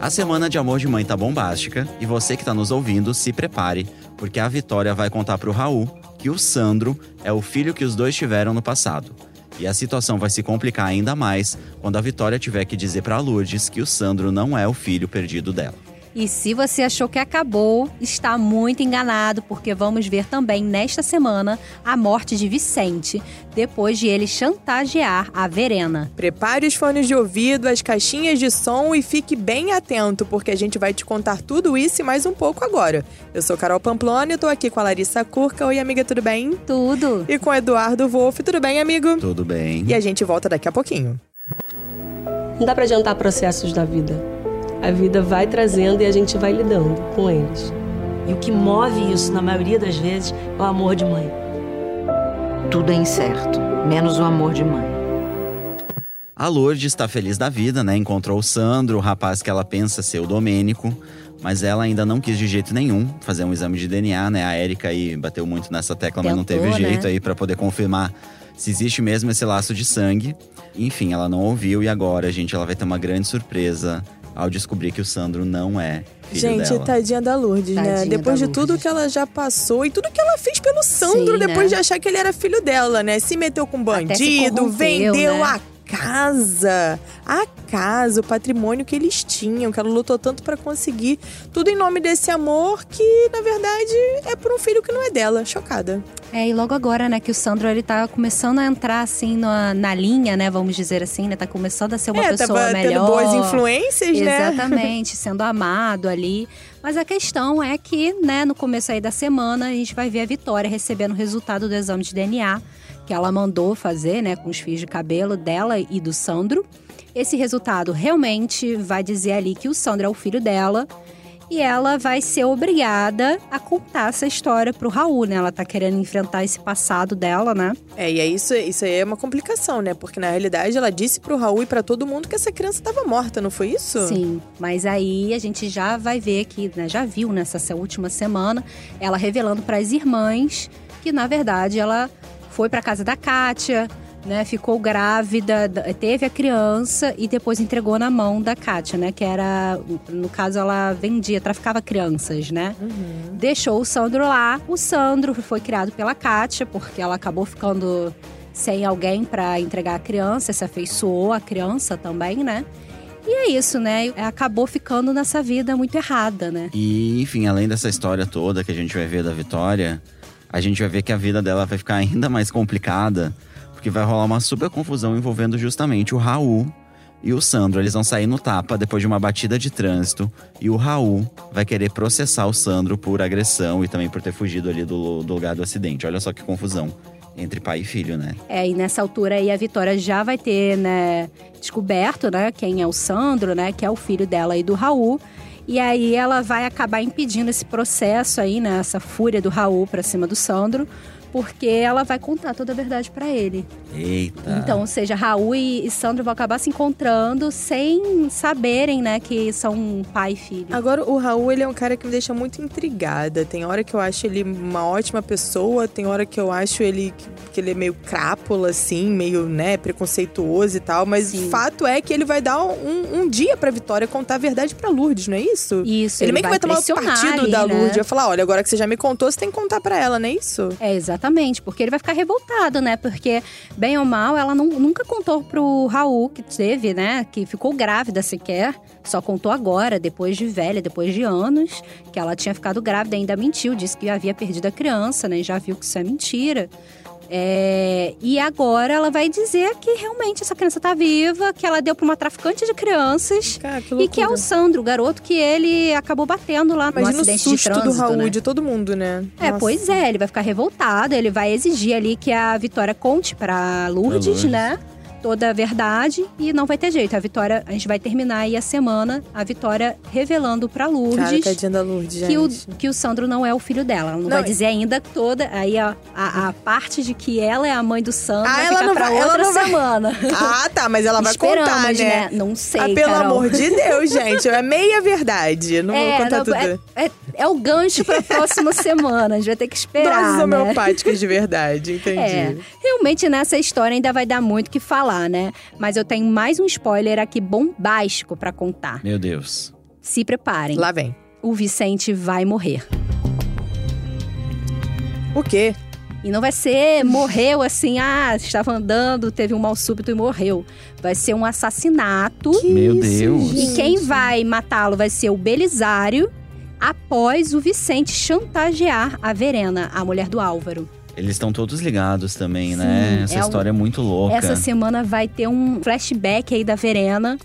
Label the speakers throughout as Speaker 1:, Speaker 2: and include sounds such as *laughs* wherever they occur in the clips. Speaker 1: A semana de amor de mãe tá bombástica e você que tá nos ouvindo, se prepare, porque a Vitória vai contar pro Raul que o Sandro é o filho que os dois tiveram no passado. E a situação vai se complicar ainda mais quando a Vitória tiver que dizer pra Lourdes que o Sandro não é o filho perdido dela.
Speaker 2: E se você achou que acabou, está muito enganado, porque vamos ver também nesta semana a morte de Vicente, depois de ele chantagear a Verena.
Speaker 3: Prepare os fones de ouvido, as caixinhas de som e fique bem atento, porque a gente vai te contar tudo isso e mais um pouco agora. Eu sou Carol Pamplona e tô aqui com a Larissa Curca. Oi, amiga, tudo bem?
Speaker 2: Tudo!
Speaker 3: E com o Eduardo Wolff, tudo bem, amigo?
Speaker 1: Tudo bem.
Speaker 3: E a gente volta daqui a pouquinho.
Speaker 4: Não dá pra adiantar processos da vida. A vida vai trazendo e a gente vai lidando com eles.
Speaker 5: E o que move isso, na maioria das vezes, é o amor de mãe.
Speaker 6: Tudo é incerto, menos o amor de mãe.
Speaker 1: A Lourdes está feliz da vida, né? Encontrou o Sandro, o rapaz que ela pensa ser o Domênico. Mas ela ainda não quis de jeito nenhum fazer um exame de DNA, né? A Érica aí bateu muito nessa tecla, mas não
Speaker 2: Tentou,
Speaker 1: teve
Speaker 2: né?
Speaker 1: jeito aí para poder confirmar se existe mesmo esse laço de sangue. Enfim, ela não ouviu e agora, gente, ela vai ter uma grande surpresa ao descobrir que o Sandro não é filho
Speaker 3: Gente,
Speaker 2: tá
Speaker 1: dela.
Speaker 3: tadinha da Lourdes, né?
Speaker 2: Tadinha
Speaker 3: Depois
Speaker 2: da
Speaker 3: de tudo
Speaker 2: Lourdes.
Speaker 3: que ela já passou e tudo que ela fez pelo Sandro,
Speaker 2: Sim, né?
Speaker 3: depois de achar que ele era filho dela, né? Se meteu com
Speaker 2: Até se
Speaker 3: bandido,
Speaker 2: corrompeu,
Speaker 3: vendeu
Speaker 2: né?
Speaker 3: a casa, a casa, o patrimônio que eles tinham, que ela lutou tanto pra conseguir, tudo em nome desse amor que, na verdade, é por um filho que não é dela. Chocada.
Speaker 2: É, e logo agora, né, que o Sandro ele tá começando a entrar assim na, na linha, né, vamos dizer assim, né, tá começando a ser uma
Speaker 3: é,
Speaker 2: pessoa
Speaker 3: tava
Speaker 2: melhor.
Speaker 3: tendo boas influências, né?
Speaker 2: Exatamente, sendo amado ali. Mas a questão é que, né, no começo aí da semana, a gente vai ver a Vitória recebendo o resultado do exame de DNA que ela mandou fazer, né, com os fios de cabelo dela e do Sandro. Esse resultado realmente vai dizer ali que o Sandro é o filho dela. E ela vai ser obrigada a contar essa história pro Raul, né? Ela tá querendo enfrentar esse passado dela, né?
Speaker 3: É, e é isso, isso aí é uma complicação, né? Porque na realidade ela disse pro Raul e pra todo mundo que essa criança tava morta, não foi isso?
Speaker 2: Sim, mas aí a gente já vai ver aqui, né? Já viu nessa se- última semana ela revelando para as irmãs que na verdade ela foi para casa da Kátia, né? Ficou grávida, d- teve a criança e depois entregou na mão da Kátia, né? Que era, no caso, ela vendia, traficava crianças, né?
Speaker 3: Uhum.
Speaker 2: Deixou o Sandro lá. O Sandro foi criado pela Kátia, porque ela acabou ficando sem alguém para entregar a criança, se afeiçoou a criança também, né? E é isso, né? Acabou ficando nessa vida muito errada, né?
Speaker 1: E, enfim, além dessa história toda que a gente vai ver da Vitória, a gente vai ver que a vida dela vai ficar ainda mais complicada, porque vai rolar uma super confusão envolvendo justamente o Raul e o Sandro. Eles vão sair no tapa depois de uma batida de trânsito, e o Raul vai querer processar o Sandro por agressão e também por ter fugido ali do, do lugar do acidente. Olha só que confusão entre pai e filho, né?
Speaker 2: É, e nessa altura aí a Vitória já vai ter, né, descoberto, né, quem é o Sandro, né, que é o filho dela e do Raul. E aí ela vai acabar impedindo esse processo aí, né, essa fúria do Raul pra cima do Sandro, porque ela vai contar toda a verdade pra ele.
Speaker 3: Tá.
Speaker 1: Eita!
Speaker 2: Então, ou seja, Raul e, e Sandro vão acabar se encontrando sem saberem, né, que são pai e filho.
Speaker 3: Agora, o Raul, ele é um cara que me deixa muito intrigada. Tem hora que eu acho ele uma ótima pessoa, tem hora que eu acho ele que, que ele é meio crápula, assim, meio, né, preconceituoso e tal. Mas
Speaker 2: Sim.
Speaker 3: o fato é que ele vai dar um, um dia pra Vitória contar a verdade pra Lourdes, não é isso?
Speaker 2: Isso,
Speaker 3: ele, meio que vai tomar o
Speaker 2: pressionar
Speaker 3: partido
Speaker 2: ali,
Speaker 3: da
Speaker 2: né?
Speaker 3: Lourdes. Vai falar, olha, agora que você já me contou, você tem que contar pra ela, não é isso?
Speaker 2: É, exatamente, porque ele vai ficar revoltado, né? Porque, bem ou mal, ela nu- nunca contou pro Raul que teve, né? Que ficou grávida sequer. Só contou agora, depois de velha, depois de anos, que ela tinha ficado grávida, ainda mentiu, disse que havia perdido a criança, né? e Já viu que isso é mentira. É, e agora ela vai dizer que realmente essa criança tá viva, que ela deu pra uma traficante de crianças.
Speaker 3: Cara, que
Speaker 2: E que é o Sandro, o garoto que ele acabou batendo lá no
Speaker 3: Imagina o
Speaker 2: acidente de
Speaker 3: susto
Speaker 2: trânsito,
Speaker 3: do Raul,
Speaker 2: né?
Speaker 3: de todo mundo, né?
Speaker 2: É,
Speaker 3: Nossa.
Speaker 2: pois é, ele vai ficar revoltado, ele vai exigir ali que a Vitória conte pra Lourdes,
Speaker 1: Pra Lourdes.
Speaker 2: né? Toda a verdade e não vai ter jeito. A Vitória, a gente vai terminar aí a semana a Vitória revelando pra
Speaker 3: Cara,
Speaker 2: Lourdes
Speaker 3: tadinha da Lourdes, é gente.
Speaker 2: que o, *laughs* que o Sandro não é o filho dela. Ela não,
Speaker 3: Não,
Speaker 2: vai
Speaker 3: e-
Speaker 2: dizer ainda toda aí a, a, a parte de que ela é a mãe do Sandro
Speaker 3: Ah,
Speaker 2: vai
Speaker 3: ela
Speaker 2: ficar
Speaker 3: não
Speaker 2: pra
Speaker 3: vai- ela
Speaker 2: outra
Speaker 3: não vai-
Speaker 2: semana.
Speaker 3: Ah, tá, mas *laughs* ela vai
Speaker 2: Esperamos,
Speaker 3: contar, né?
Speaker 2: Não sei,
Speaker 3: ah, pelo
Speaker 2: Carol.
Speaker 3: amor de
Speaker 2: *laughs*
Speaker 3: Deus, gente. É meia verdade. Não
Speaker 2: É,
Speaker 3: vou contar
Speaker 2: não,
Speaker 3: tudo.
Speaker 2: é, é, é o gancho pra próxima *laughs* semana. A gente vai ter que esperar,
Speaker 3: Doses
Speaker 2: né?
Speaker 3: homeopáticas de verdade, entendi.
Speaker 2: É, realmente nessa história ainda vai dar muito o que falar. falar, né? Mas eu tenho mais um spoiler aqui bombástico pra contar.
Speaker 1: Meu Deus.
Speaker 2: Se preparem.
Speaker 3: Lá vem.
Speaker 2: O Vicente vai morrer.
Speaker 3: O quê?
Speaker 2: E não vai ser morreu assim, ah, estava andando, teve um mal súbito e morreu. Vai ser um assassinato.
Speaker 1: Meu Deus.
Speaker 2: E quem vai matá-lo vai ser o Belisário, após o Vicente chantagear a Verena, a mulher do Álvaro.
Speaker 1: Eles estão todos ligados também, né?
Speaker 2: Sim,
Speaker 1: Essa
Speaker 2: é o-
Speaker 1: história é muito louca.
Speaker 2: Essa semana vai ter um flashback aí da Verena.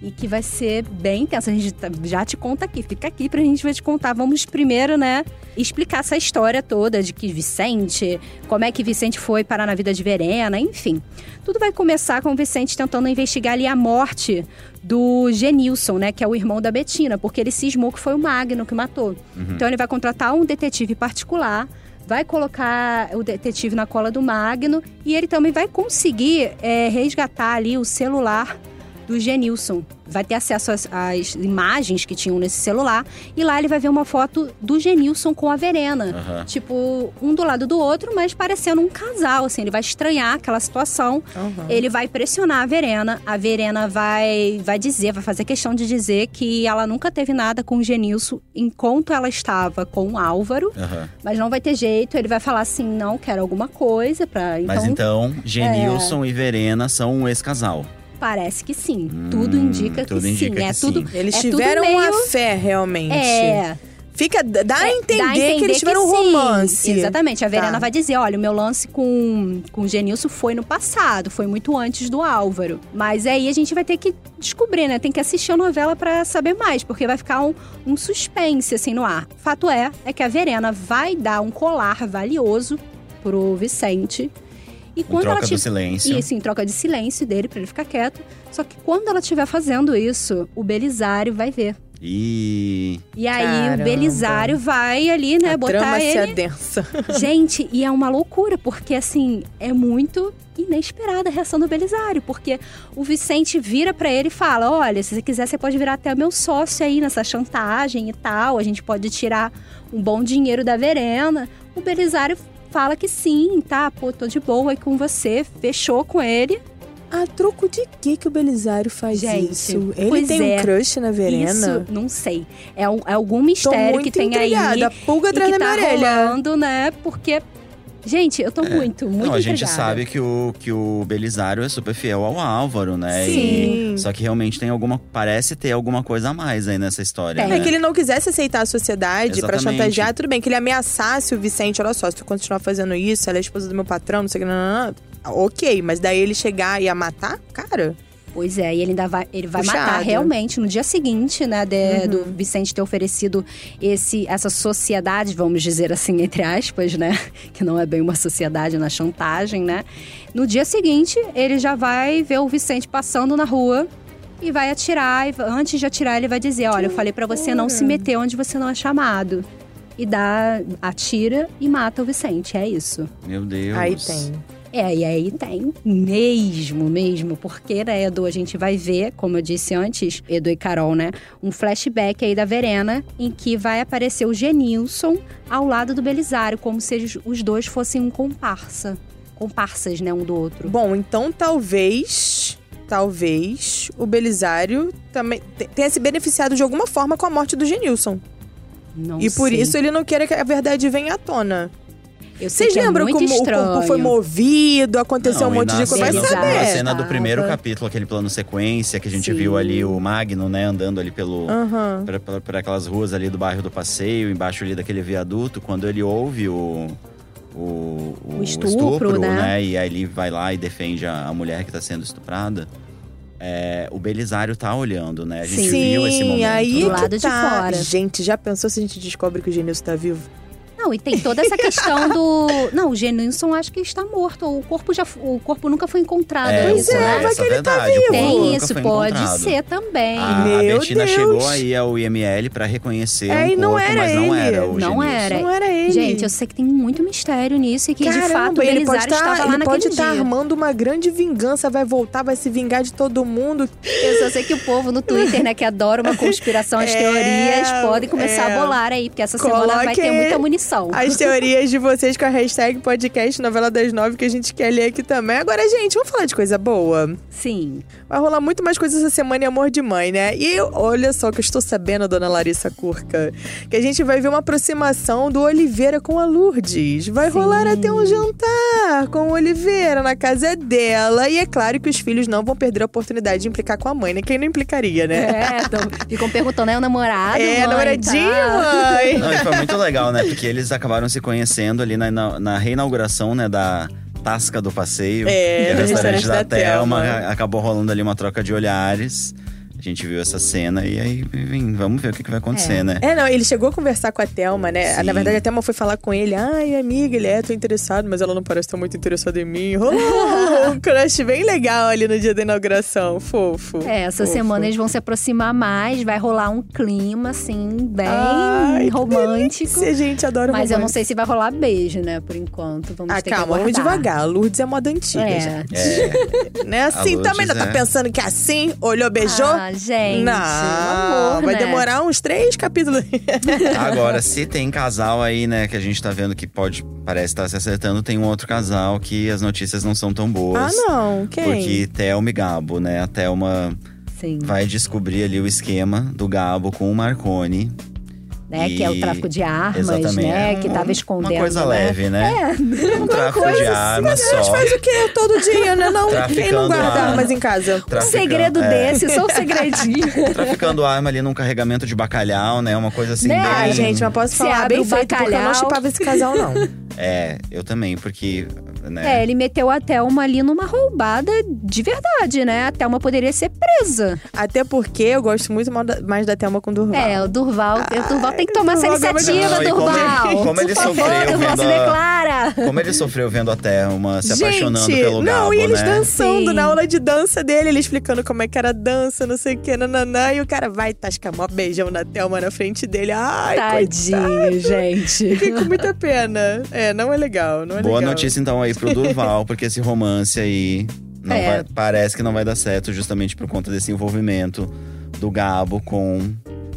Speaker 2: E que vai ser bem intenso. A gente tá- já te conta aqui. Fica aqui pra gente vai te contar. Vamos primeiro, né, explicar essa história toda de que Vicente… Como é que Vicente foi parar na vida de Verena, enfim. Tudo vai começar com o Vicente tentando investigar ali a morte do Genilson, né? Que é o irmão da Betina. Porque ele cismou que foi o Magno que matou.
Speaker 1: Uhum.
Speaker 2: Então ele vai contratar um detetive particular, vai colocar o detetive na cola do Magno e ele também vai conseguir é, resgatar ali o celular do Genilson. Vai ter acesso às, às imagens que tinham nesse celular e lá ele vai ver uma foto do Genilson com a Verena.
Speaker 1: Aham.
Speaker 2: Tipo, um do lado do outro, mas parecendo um casal, assim. Ele vai estranhar aquela situação
Speaker 3: Aham.
Speaker 2: ele vai pressionar a Verena. A Verena vai, vai dizer, vai fazer questão de dizer que ela nunca teve nada com o Genilson enquanto ela estava com o Álvaro.
Speaker 1: aham.
Speaker 2: Mas não vai ter jeito, ele vai falar assim, não, quero alguma coisa pra… Então,
Speaker 1: Mas então,
Speaker 3: é.
Speaker 1: Genilson e Verena são um ex-casal.
Speaker 2: parece que sim.
Speaker 1: Hum,
Speaker 2: tudo indica
Speaker 1: tudo
Speaker 2: que
Speaker 1: indica
Speaker 2: sim. é
Speaker 1: que
Speaker 2: tudo…
Speaker 1: sim.
Speaker 3: Eles
Speaker 2: é tudo
Speaker 3: tiveram uma
Speaker 2: meio-
Speaker 3: fé, realmente.
Speaker 2: É,
Speaker 3: Fica, dá, a entender
Speaker 2: dá a
Speaker 3: que eles tiveram um
Speaker 2: sim.
Speaker 3: romance.
Speaker 2: Exatamente. A Verena
Speaker 3: Tá.
Speaker 2: vai dizer: olha, o meu lance com, com o Genilson foi no passado, foi muito antes do Álvaro. Mas aí a gente vai ter que descobrir, né? Tem que assistir a novela pra saber mais, porque vai ficar um, um suspense assim no ar. Fato é, é que a Verena vai dar um colar valioso pro Vicente. E
Speaker 1: Em
Speaker 2: quando ela
Speaker 1: troca
Speaker 2: tiver.
Speaker 1: do silêncio.
Speaker 2: Isso, em troca de silêncio dele, pra ele ficar quieto. Só que quando ela estiver fazendo isso, o Belisário vai ver.
Speaker 1: E
Speaker 2: E aí
Speaker 3: Caramba.
Speaker 2: o Belisário vai ali, né,
Speaker 3: a
Speaker 2: botar
Speaker 3: trama se
Speaker 2: ele.
Speaker 3: *laughs* adensa.
Speaker 2: Gente, e é uma loucura, porque assim, é muito inesperada a reação do Belisário, porque o Vicente vira pra ele e fala: "Olha, se você quiser, você pode virar até meu sócio aí nessa chantagem e tal, a gente pode tirar um bom dinheiro da Verena". O Belisário fala que sim, tá, pô, tô de boa aí com você, fechou com ele.
Speaker 3: A troco de que que o Belisário faz
Speaker 2: Gente,
Speaker 3: isso? Ele
Speaker 2: pois
Speaker 3: tem
Speaker 2: é.
Speaker 3: um crush na Verena?
Speaker 2: Isso, não sei. É, um- é algum
Speaker 3: Tô
Speaker 2: mistério
Speaker 3: muito
Speaker 2: que tem aí.
Speaker 3: intrigada. Pulga
Speaker 2: e
Speaker 3: atrás
Speaker 2: que
Speaker 3: da
Speaker 2: tá
Speaker 3: minha orelha.
Speaker 2: rolando, né? Porque Gente, eu tô muito, muito
Speaker 1: É. não, a gente
Speaker 2: intrigada.
Speaker 1: sabe que o, que o Belisário é super fiel ao Álvaro, né?
Speaker 3: Sim.
Speaker 1: E- só que realmente tem alguma. Parece ter alguma coisa a mais aí nessa história.
Speaker 2: Tem.
Speaker 1: né?
Speaker 3: É que ele não quisesse aceitar a sociedade pra
Speaker 1: Exatamente.
Speaker 3: chantagear, tudo bem. Que ele ameaçasse o Vicente, olha só, se tu continuar fazendo isso, ela é esposa do meu patrão, não sei o que, não, não, não. Ok, mas daí ele chegar e a matar, cara…
Speaker 2: Pois é, e ele ainda vai, ele vai
Speaker 3: Puxado.
Speaker 2: matar realmente no dia seguinte, né, de-
Speaker 3: Uhum.
Speaker 2: do Vicente ter oferecido esse, essa sociedade, vamos dizer assim, entre aspas, né, *laughs* que não é bem uma sociedade na chantagem, né. No dia seguinte, ele já vai ver o Vicente passando na rua e vai atirar. E va- antes de atirar, ele vai dizer: Olha, eu falei pra você não se meter onde você não é chamado. E dá, atira e mata o Vicente. É isso.
Speaker 1: Meu Deus.
Speaker 3: Aí tem.
Speaker 2: É, e aí tem mesmo, mesmo, porque, né, Edu, a gente vai ver, como eu disse antes, Edu e Carol, né, um flashback aí da Verena, em que vai aparecer o Genilson ao lado do Belisário, como se eles- os dois fossem um comparsa. Comparsas, né, um do outro.
Speaker 3: Bom, então talvez… Talvez o Belisário também te- tenha se beneficiado de alguma forma com a morte do Genilson.
Speaker 2: Não
Speaker 3: e por
Speaker 2: sei.
Speaker 3: isso ele não queira que a verdade venha à tona.
Speaker 2: eu sei
Speaker 3: Vocês
Speaker 2: que é
Speaker 3: lembram
Speaker 2: muito
Speaker 3: como o
Speaker 2: estranho.
Speaker 3: corpo foi movido, aconteceu
Speaker 1: Não,
Speaker 3: um
Speaker 1: e
Speaker 3: monte
Speaker 1: na
Speaker 3: de coisa. Vai
Speaker 1: cena-
Speaker 2: Belisário
Speaker 3: saber.
Speaker 1: Na cena do
Speaker 2: estava.
Speaker 1: primeiro capítulo, aquele plano sequência que a gente
Speaker 2: Sim.
Speaker 1: viu ali o Magno, né, andando ali pelo.
Speaker 3: Aham.
Speaker 1: Por, por- por aquelas ruas ali do bairro do Passeio, embaixo ali daquele viaduto, quando ele ouve o, o,
Speaker 2: O estupro, né?
Speaker 1: E aí ele vai lá e defende a, a mulher que tá sendo estuprada. É, o Belisário tá olhando, né? A gente
Speaker 2: Sim,
Speaker 1: viu esse momento.
Speaker 3: aí
Speaker 1: né?
Speaker 2: Do
Speaker 3: que
Speaker 2: lado de
Speaker 3: tá.
Speaker 2: fora.
Speaker 3: Gente, já pensou se a gente descobre que o Genilson tá vivo?
Speaker 2: Não, e tem toda essa questão
Speaker 3: *laughs*
Speaker 2: do. Não, o Genilson acho que está morto. ou O corpo, já, f- o corpo nunca foi encontrado.
Speaker 1: É,
Speaker 2: é
Speaker 1: pois
Speaker 2: isso, né?
Speaker 1: é, essa é a verdade. o corpo
Speaker 2: Tem
Speaker 1: nunca
Speaker 2: isso,
Speaker 1: foi
Speaker 2: pode
Speaker 1: encontrado. Ah,
Speaker 2: ser também.
Speaker 1: A, a
Speaker 3: Meu
Speaker 1: Betina
Speaker 3: Deus.
Speaker 1: chegou aí ao IML pra reconhecer
Speaker 3: É,
Speaker 1: um
Speaker 3: e não
Speaker 1: corpo,
Speaker 3: era
Speaker 1: mas não
Speaker 3: ele.
Speaker 1: era o
Speaker 2: Não
Speaker 1: Genilson.
Speaker 2: era. Peraí.
Speaker 3: Não era ele.
Speaker 2: Gente, eu sei que tem muito mistério nisso e que
Speaker 3: Caramba,
Speaker 2: de fato o
Speaker 3: ele pode
Speaker 2: Belisário
Speaker 3: tá-
Speaker 2: estava lá
Speaker 3: ele pode
Speaker 2: naquele
Speaker 3: tá
Speaker 2: dia.
Speaker 3: armando uma grande vingança, vai voltar, vai se vingar de todo mundo.
Speaker 2: *laughs* Eu só sei que o povo no Twitter, né, que adora uma conspiração, as
Speaker 3: É,
Speaker 2: teorias, podem começar
Speaker 3: é.
Speaker 2: a bolar aí, porque essa semana vai
Speaker 3: Coloque
Speaker 2: ter muita discussão.
Speaker 3: As teorias de vocês com a hashtag podcast novela das nove que a gente quer ler aqui também. Agora, gente, vamos falar de coisa boa?
Speaker 2: Sim.
Speaker 3: Vai rolar muito mais coisa essa semana em Amor de Mãe, né? E olha só que eu estou sabendo, dona Larissa Curca, que a gente vai ver uma aproximação do Oliveira com a Lourdes. Vai
Speaker 2: Sim.
Speaker 3: rolar até um jantar com o Oliveira na casa dela. E é claro que os filhos não vão perder a oportunidade de implicar com a mãe, né? Quem não implicaria, né?
Speaker 2: É, então, ficam perguntando, é o namorado?
Speaker 3: É,
Speaker 2: mãe,
Speaker 3: namoradinho,
Speaker 2: tá?
Speaker 3: mãe!
Speaker 1: Não, e foi muito legal, né? Porque eles acabaram se conhecendo ali na, na, na reinauguração, né, da Tasca do Passeio.
Speaker 3: É,
Speaker 1: que
Speaker 3: do restaurante da
Speaker 1: Thelma.
Speaker 3: Thelma.
Speaker 1: Acabou rolando ali uma troca de olhares. A gente viu essa cena e aí, enfim, vamos ver o que, que vai acontecer, né?
Speaker 3: É, não, ele chegou a conversar com a Thelma, né?
Speaker 1: Sim.
Speaker 3: Na verdade, a Thelma foi falar com ele. Ai, amiga, ele é, tô interessado, mas ela não parece estar muito interessada em mim. Rolou
Speaker 2: *laughs*
Speaker 3: um crush bem legal ali no dia da inauguração. Fofo.
Speaker 2: É, essa
Speaker 3: fofo.
Speaker 2: semana eles vão se aproximar mais, vai rolar um clima, assim, bem
Speaker 3: Ai, que
Speaker 2: romântico.
Speaker 3: Se a gente adora
Speaker 2: Mas eu não
Speaker 3: romance.
Speaker 2: sei se vai rolar beijo, né, por enquanto. Vamos
Speaker 3: Ah,
Speaker 2: ter
Speaker 3: calma,
Speaker 2: que
Speaker 3: vamos
Speaker 2: aguardar.
Speaker 3: devagar. Lourdes é moda antiga,
Speaker 2: É.
Speaker 3: gente.
Speaker 1: É,
Speaker 3: Né? Assim,
Speaker 1: Lourdes
Speaker 3: também ainda tá
Speaker 1: é.
Speaker 3: pensando que é assim, olhou, beijou.
Speaker 2: Ah, gente.
Speaker 3: não,
Speaker 2: amor,
Speaker 3: vai
Speaker 2: né?
Speaker 3: demorar uns três capítulos.
Speaker 1: Agora, se tem casal aí, né, que a gente tá vendo que pode, parece estar se acertando, tem um outro casal que as notícias não são tão
Speaker 3: ah,
Speaker 1: boas.
Speaker 3: não, quem?
Speaker 1: Porque Thelma e Gabo, né? A Thelma
Speaker 2: Sim,
Speaker 1: vai descobrir ali o esquema do Gabo com o Marconi.
Speaker 2: né, que é o
Speaker 1: E-
Speaker 2: tráfico de armas,
Speaker 1: Exatamente.
Speaker 2: né,
Speaker 1: É
Speaker 2: que
Speaker 1: um-
Speaker 2: tava escondendo.
Speaker 1: Uma coisa
Speaker 2: né?
Speaker 1: leve, né?
Speaker 2: É.
Speaker 1: Um tráfico de armas
Speaker 3: A gente
Speaker 1: só.
Speaker 3: faz o quê? Todo dia, né? Não, quem não
Speaker 1: Traficando
Speaker 3: guarda
Speaker 1: a-
Speaker 3: armas em casa?
Speaker 2: Um
Speaker 1: Traficando-
Speaker 2: segredo
Speaker 1: é,
Speaker 2: desse,
Speaker 1: *laughs*
Speaker 2: só um segredinho.
Speaker 1: Traficando arma ali num carregamento de bacalhau, né? Uma coisa assim
Speaker 2: Né?
Speaker 1: bem.
Speaker 3: Ah, gente, mas posso
Speaker 2: Se
Speaker 3: falar
Speaker 2: abre
Speaker 3: bem
Speaker 2: o
Speaker 3: feito, porque eu não
Speaker 2: bacalhau.
Speaker 3: chipava esse casal, não.
Speaker 1: É, eu também, porque. Né?
Speaker 2: É, ele meteu a Thelma ali numa roubada de verdade, né? A Thelma poderia ser presa.
Speaker 3: *laughs* Até porque eu gosto muito mal da- mais da Thelma com o Durval.
Speaker 2: É, o Durval, o Durval tem que tomar essa
Speaker 3: Durval acaba de-
Speaker 2: iniciativa,
Speaker 1: Não, e como
Speaker 2: Durval.
Speaker 1: ele- como ele
Speaker 2: Por favor,
Speaker 1: sofreu
Speaker 2: Durval, se
Speaker 1: vendo a-
Speaker 2: declara.
Speaker 1: Como ele sofreu vendo a Thelma se
Speaker 3: Gente,
Speaker 1: apaixonando pelo Gabo,
Speaker 3: não, e eles
Speaker 1: né?
Speaker 3: dançando
Speaker 2: Sim.
Speaker 3: na aula de dança dele, ele explicando como é que era a dança, não sei o que, nananã. E o cara vai tascar mó beijão na Thelma na frente dele. Ai,
Speaker 2: Tá.
Speaker 3: coitado.
Speaker 2: Tadinho, gente.
Speaker 3: Fiquei com muita pena. É, não é legal, não é
Speaker 1: Boa
Speaker 3: legal.
Speaker 1: notícia então aí pro Durval, porque esse romance aí não
Speaker 2: É.
Speaker 1: vai- parece que não vai dar certo justamente por conta desse envolvimento do Gabo com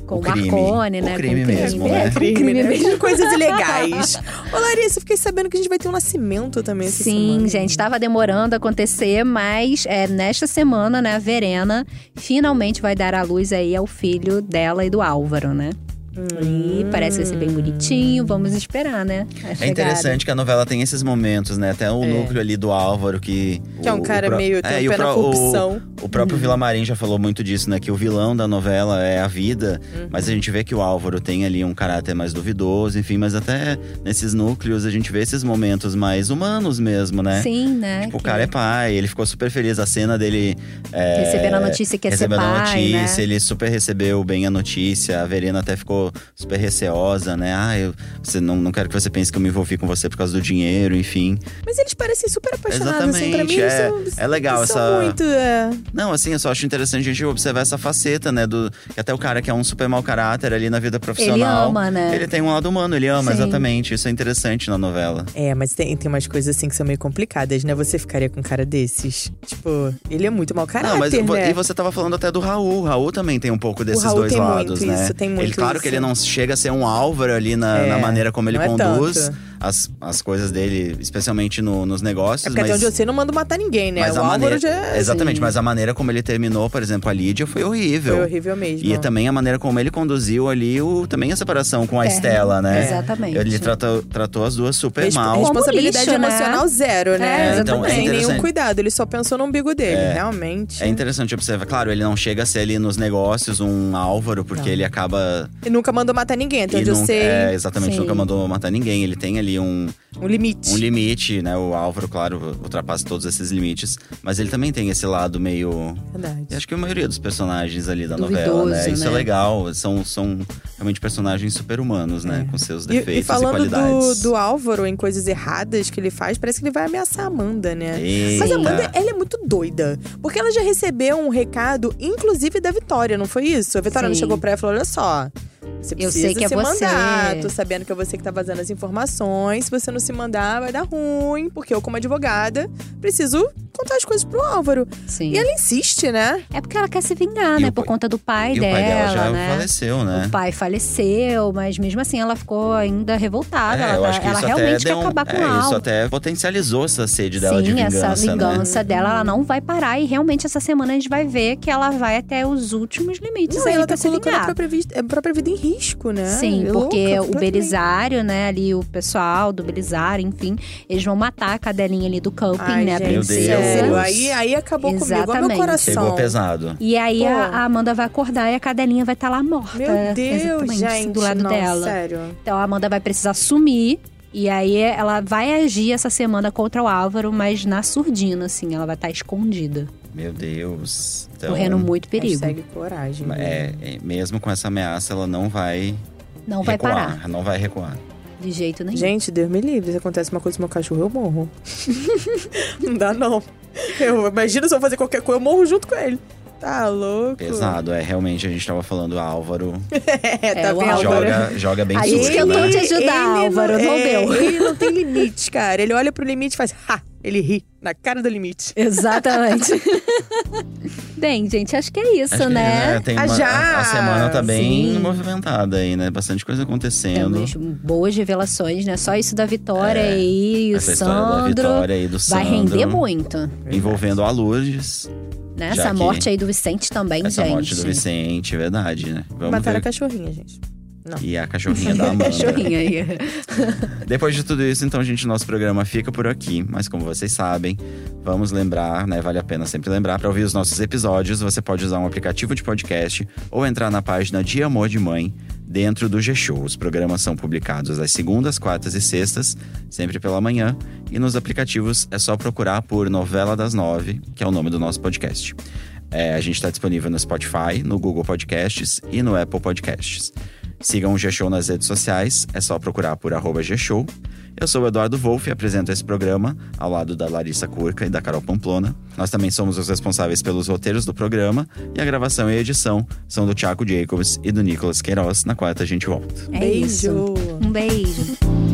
Speaker 2: Com
Speaker 1: O
Speaker 2: o
Speaker 1: crime.
Speaker 2: Marcone,
Speaker 1: O
Speaker 2: né?
Speaker 1: crime
Speaker 2: com o
Speaker 1: mesmo,
Speaker 2: crime.
Speaker 1: né?
Speaker 2: É, com o crime,
Speaker 3: Crime, né?
Speaker 2: mesmo. *laughs*
Speaker 3: Coisas ilegais. Ô, Larissa, eu fiquei sabendo que a gente vai ter um nascimento também essa
Speaker 2: Sim,
Speaker 3: semana.
Speaker 2: gente, tá tava demorando a acontecer, mas é, nesta semana, né, a Verena finalmente vai dar à luz aí ao filho dela e do Álvaro, né?
Speaker 3: Hum.
Speaker 2: E parece ser bem bonitinho, vamos esperar, né? a
Speaker 1: É
Speaker 2: chegada.
Speaker 1: interessante que a novela tem esses momentos, né? Até o
Speaker 3: É.
Speaker 1: núcleo ali do Álvaro, que.
Speaker 3: Que é
Speaker 1: o-
Speaker 3: um
Speaker 1: o
Speaker 3: cara
Speaker 1: pró-
Speaker 3: meio tem
Speaker 1: e
Speaker 3: um pé na
Speaker 1: pró-
Speaker 3: corrupção. Uhum.
Speaker 1: O próprio Vila Marim já falou muito disso, né? Que o vilão da novela é a vida,
Speaker 3: Uhum.
Speaker 1: mas a gente vê que o Álvaro tem ali um caráter mais duvidoso, enfim, mas até nesses núcleos a gente vê esses momentos mais humanos mesmo, né?
Speaker 2: Sim, né?
Speaker 1: Tipo, o
Speaker 2: que-
Speaker 1: cara é pai, ele ficou super feliz. A cena dele. É,
Speaker 2: Recebendo a notícia que ia ser
Speaker 1: recebendo a
Speaker 2: pai, né?
Speaker 1: notícia, ele é super recebeu bem a notícia. A Verena até ficou super receosa, né? Ah, eu você, não, não quero que você pense que eu me envolvi com você por causa do dinheiro, enfim.
Speaker 3: Mas eles parecem super apaixonados, assim, pra
Speaker 1: Exatamente.
Speaker 3: mim.
Speaker 1: é,
Speaker 3: eles são,
Speaker 1: é legal
Speaker 3: eles são
Speaker 1: essa.
Speaker 3: muito, é.
Speaker 1: Não, assim, eu só acho interessante a gente observar essa faceta, né? Do, que até o cara que é um super mau caráter ali na vida
Speaker 2: Ele
Speaker 1: profissional.
Speaker 2: ama, né?
Speaker 1: Ele tem um lado humano, ele ama,
Speaker 2: Sim.
Speaker 1: exatamente. Isso é interessante na novela.
Speaker 3: É, mas tem, tem umas coisas assim que são meio complicadas, né? Você ficaria com um cara desses? Tipo, ele é muito mau caráter,
Speaker 1: Não, mas vo-
Speaker 3: né?
Speaker 1: e você tava falando até do Raul. O Raul também tem um pouco desses
Speaker 3: Raul
Speaker 1: dois
Speaker 3: tem muito
Speaker 1: lados, né?
Speaker 3: isso, tem
Speaker 1: ele,
Speaker 3: muito
Speaker 1: claro
Speaker 3: isso.
Speaker 1: que ele não chega a ser um Álvaro ali na,
Speaker 3: É,
Speaker 1: na maneira como ele
Speaker 3: não é
Speaker 1: conduz
Speaker 3: tanto.
Speaker 1: as, as coisas dele, especialmente no- nos
Speaker 3: É
Speaker 1: negócios.
Speaker 3: porque até
Speaker 1: mas,
Speaker 3: onde eu sei, não manda matar ninguém, né?
Speaker 1: mas a
Speaker 3: o Álvaro
Speaker 1: maneira,
Speaker 3: já é
Speaker 1: exatamente, mas a maneira como ele terminou, por exemplo, a Lídia foi horrível.
Speaker 3: foi horrível mesmo.
Speaker 1: E também a maneira como ele conduziu ali o, também a separação
Speaker 3: É,
Speaker 1: com a Estela, né?
Speaker 2: Exatamente.
Speaker 1: Ele tratou, tratou as duas super
Speaker 3: Resp-
Speaker 1: mal.
Speaker 3: Responsabilidade
Speaker 2: Como lixo, né?
Speaker 3: emocional zero, né?
Speaker 2: É, Então,
Speaker 1: é
Speaker 3: Sem nenhum
Speaker 1: interessante.
Speaker 3: cuidado, ele só pensou no umbigo dele, realmente.
Speaker 1: É interessante observar. Claro, ele não chega a ser ali nos negócios um Álvaro, porque ele acaba
Speaker 3: E nunca mandou matar ninguém, até
Speaker 1: E
Speaker 3: onde Então, eu
Speaker 1: nunca-
Speaker 3: sei.
Speaker 1: É, exatamente,
Speaker 2: Sim.
Speaker 1: nunca mandou matar ninguém. Ele tem ali um,
Speaker 3: Um limite.
Speaker 1: um limite, né? O Álvaro, claro, ultrapassa todos esses limites. Mas ele também tem esse lado meio.
Speaker 3: Verdade.
Speaker 1: e Acho que a maioria dos personagens ali da novela,
Speaker 2: Duvidoso,
Speaker 1: né? Isso é
Speaker 2: né?
Speaker 1: legal. São, são realmente personagens super humanos, né?
Speaker 2: É.
Speaker 1: Com seus
Speaker 3: E-
Speaker 1: defeitos e,
Speaker 3: e, falando do,
Speaker 1: qualidades.
Speaker 3: do Álvaro em coisas erradas que ele faz, parece que ele vai ameaçar a Amanda, né? Mas
Speaker 1: Eita.
Speaker 3: a Amanda, ela é muito doida. Porque ela já recebeu um recado, inclusive da Vitória, não foi isso? A Vitória não
Speaker 2: Sim.
Speaker 3: chegou pra ela e falou: olha só. Você
Speaker 2: Eu
Speaker 3: precisa
Speaker 2: sei que é
Speaker 3: se
Speaker 2: você."
Speaker 3: mandar. Tô sabendo que é você que tá vazando as informações. Se você não se mandar, vai dar ruim. Porque eu, como advogada, preciso contar as coisas pro Álvaro.
Speaker 2: Sim.
Speaker 3: E ela insiste, né?
Speaker 2: É porque ela quer se vingar,
Speaker 1: E
Speaker 2: né?
Speaker 1: o
Speaker 2: Por
Speaker 1: pai-
Speaker 2: conta do pai
Speaker 1: e
Speaker 2: dela,
Speaker 1: o pai dela já
Speaker 2: né?
Speaker 1: faleceu, né?
Speaker 2: O pai faleceu, mas mesmo assim ela ficou ainda revoltada.
Speaker 1: É,
Speaker 2: ela
Speaker 1: eu
Speaker 2: tá-
Speaker 1: acho que
Speaker 2: ela
Speaker 1: isso
Speaker 2: realmente
Speaker 1: até
Speaker 2: quer
Speaker 1: deu um-
Speaker 2: acabar com
Speaker 1: é,
Speaker 2: a
Speaker 1: Isso
Speaker 2: Alva.
Speaker 1: até potencializou essa sede dela
Speaker 2: Sim,
Speaker 1: de vingança,
Speaker 2: essa
Speaker 1: né?
Speaker 2: vingança dela, ela não vai parar. E realmente, essa semana a gente vai ver que ela vai até os últimos limites
Speaker 3: Não,
Speaker 2: aí
Speaker 3: ela
Speaker 2: pra
Speaker 3: tá
Speaker 2: se
Speaker 3: colocando a
Speaker 2: vingar.
Speaker 3: própria, vida, a própria vida em risco, né?
Speaker 2: Sim, porque
Speaker 3: É louca,
Speaker 2: o
Speaker 3: completamente.
Speaker 2: Belisário, né, ali, o pessoal do Belisário, enfim, eles vão matar a cadelinha ali do camping,
Speaker 3: Ai,
Speaker 2: né, a
Speaker 3: gente, é
Speaker 1: Meu Deus.
Speaker 2: princesa.
Speaker 3: Sério, aí, aí acabou comigo. Olha meu
Speaker 2: Exatamente.
Speaker 3: coração.
Speaker 1: Chegou pesado.
Speaker 2: E aí a,
Speaker 3: Pô.
Speaker 2: a Amanda vai acordar e a cadelinha vai estar lá morta.
Speaker 3: Meu Deus,
Speaker 2: É, exatamente,
Speaker 3: gente.
Speaker 2: do lado
Speaker 3: não,
Speaker 2: dela.
Speaker 3: Sério.
Speaker 2: Então a Amanda vai precisar sumir. E aí ela vai agir essa semana contra o Álvaro, mas na surdina, assim, ela vai estar escondida,
Speaker 1: Meu Deus. Então,
Speaker 2: correndo muito perigo.
Speaker 3: Hashtag coragem.
Speaker 1: é, é, mesmo com essa ameaça, ela não vai
Speaker 2: Não vai
Speaker 1: recuar.
Speaker 2: parar,
Speaker 1: Não vai recuar.
Speaker 2: de jeito nenhum.
Speaker 3: Gente, Deus me livre. Se acontece uma coisa com meu cachorro, eu morro. *laughs* não dá, não. Eu imagino se eu fazer qualquer coisa, eu morro junto com ele. Tá louco.
Speaker 1: Pesado, é. Realmente, a gente tava falando, Álvaro
Speaker 3: É, tá
Speaker 2: É, o
Speaker 3: vendo?
Speaker 2: Álvaro.
Speaker 1: joga, joga bem
Speaker 2: A
Speaker 1: sujo,
Speaker 2: gente tentou
Speaker 1: né?
Speaker 2: te ajudar, Álvaro, não deu.
Speaker 3: é, Ele
Speaker 2: *laughs*
Speaker 3: não tem limite, cara. Ele olha pro limite e faz, ha! Ele ri na cara do limite.
Speaker 2: Exatamente. *laughs* Bem, gente, acho que é isso,
Speaker 1: Acho que, tá
Speaker 2: né?
Speaker 1: tem
Speaker 3: Ah,
Speaker 1: uma-
Speaker 3: já!
Speaker 1: a, a semana tá bem
Speaker 2: Sim.
Speaker 1: movimentada aí, né? Bastante coisa acontecendo.
Speaker 2: Temos É, boas revelações, né? Só isso da Vitória
Speaker 1: É,
Speaker 2: aí, o
Speaker 1: Essa história da
Speaker 2: Sandro.
Speaker 1: vitória aí do
Speaker 2: vai
Speaker 1: Sandro.
Speaker 2: render muito,
Speaker 1: Envolvendo a Lourdes,
Speaker 2: né?
Speaker 1: Já
Speaker 2: Essa
Speaker 1: que-
Speaker 2: morte aí do Vicente também,
Speaker 1: essa
Speaker 2: gente.
Speaker 1: morte do Vicente, verdade, né? Vamos
Speaker 3: Mataram a
Speaker 1: ver.
Speaker 3: cachorrinha, gente.
Speaker 1: E a
Speaker 2: *laughs*
Speaker 1: cachorrinha da Amanda.
Speaker 2: Cachorrinho aí.
Speaker 1: Depois de tudo isso, então, gente, nosso programa fica por aqui. Mas como vocês sabem, vamos lembrar, né? Vale a pena sempre lembrar. Para ouvir os nossos episódios, você pode usar um aplicativo de podcast ou entrar na página de Amor de Mãe dentro do G-Show. Os programas são publicados às segundas, quartas e sextas, sempre pela manhã. E nos aplicativos é só procurar por Novela das Nove, que é o nome do nosso podcast. É, a gente está disponível no Spotify, no Google Podcasts e no Apple Podcasts. Sigam o G-Show nas redes sociais, é só procurar por arroba G-Show. Eu sou o Eduardo Wolff e apresento esse programa ao lado da Larissa Curca e da Carol Pamplona. Nós também somos os responsáveis pelos roteiros do programa e a gravação e a edição são do Thiago Jacobs e do Nicolas Queiroz. Na quarta a gente volta.
Speaker 2: É isso. É Um beijo.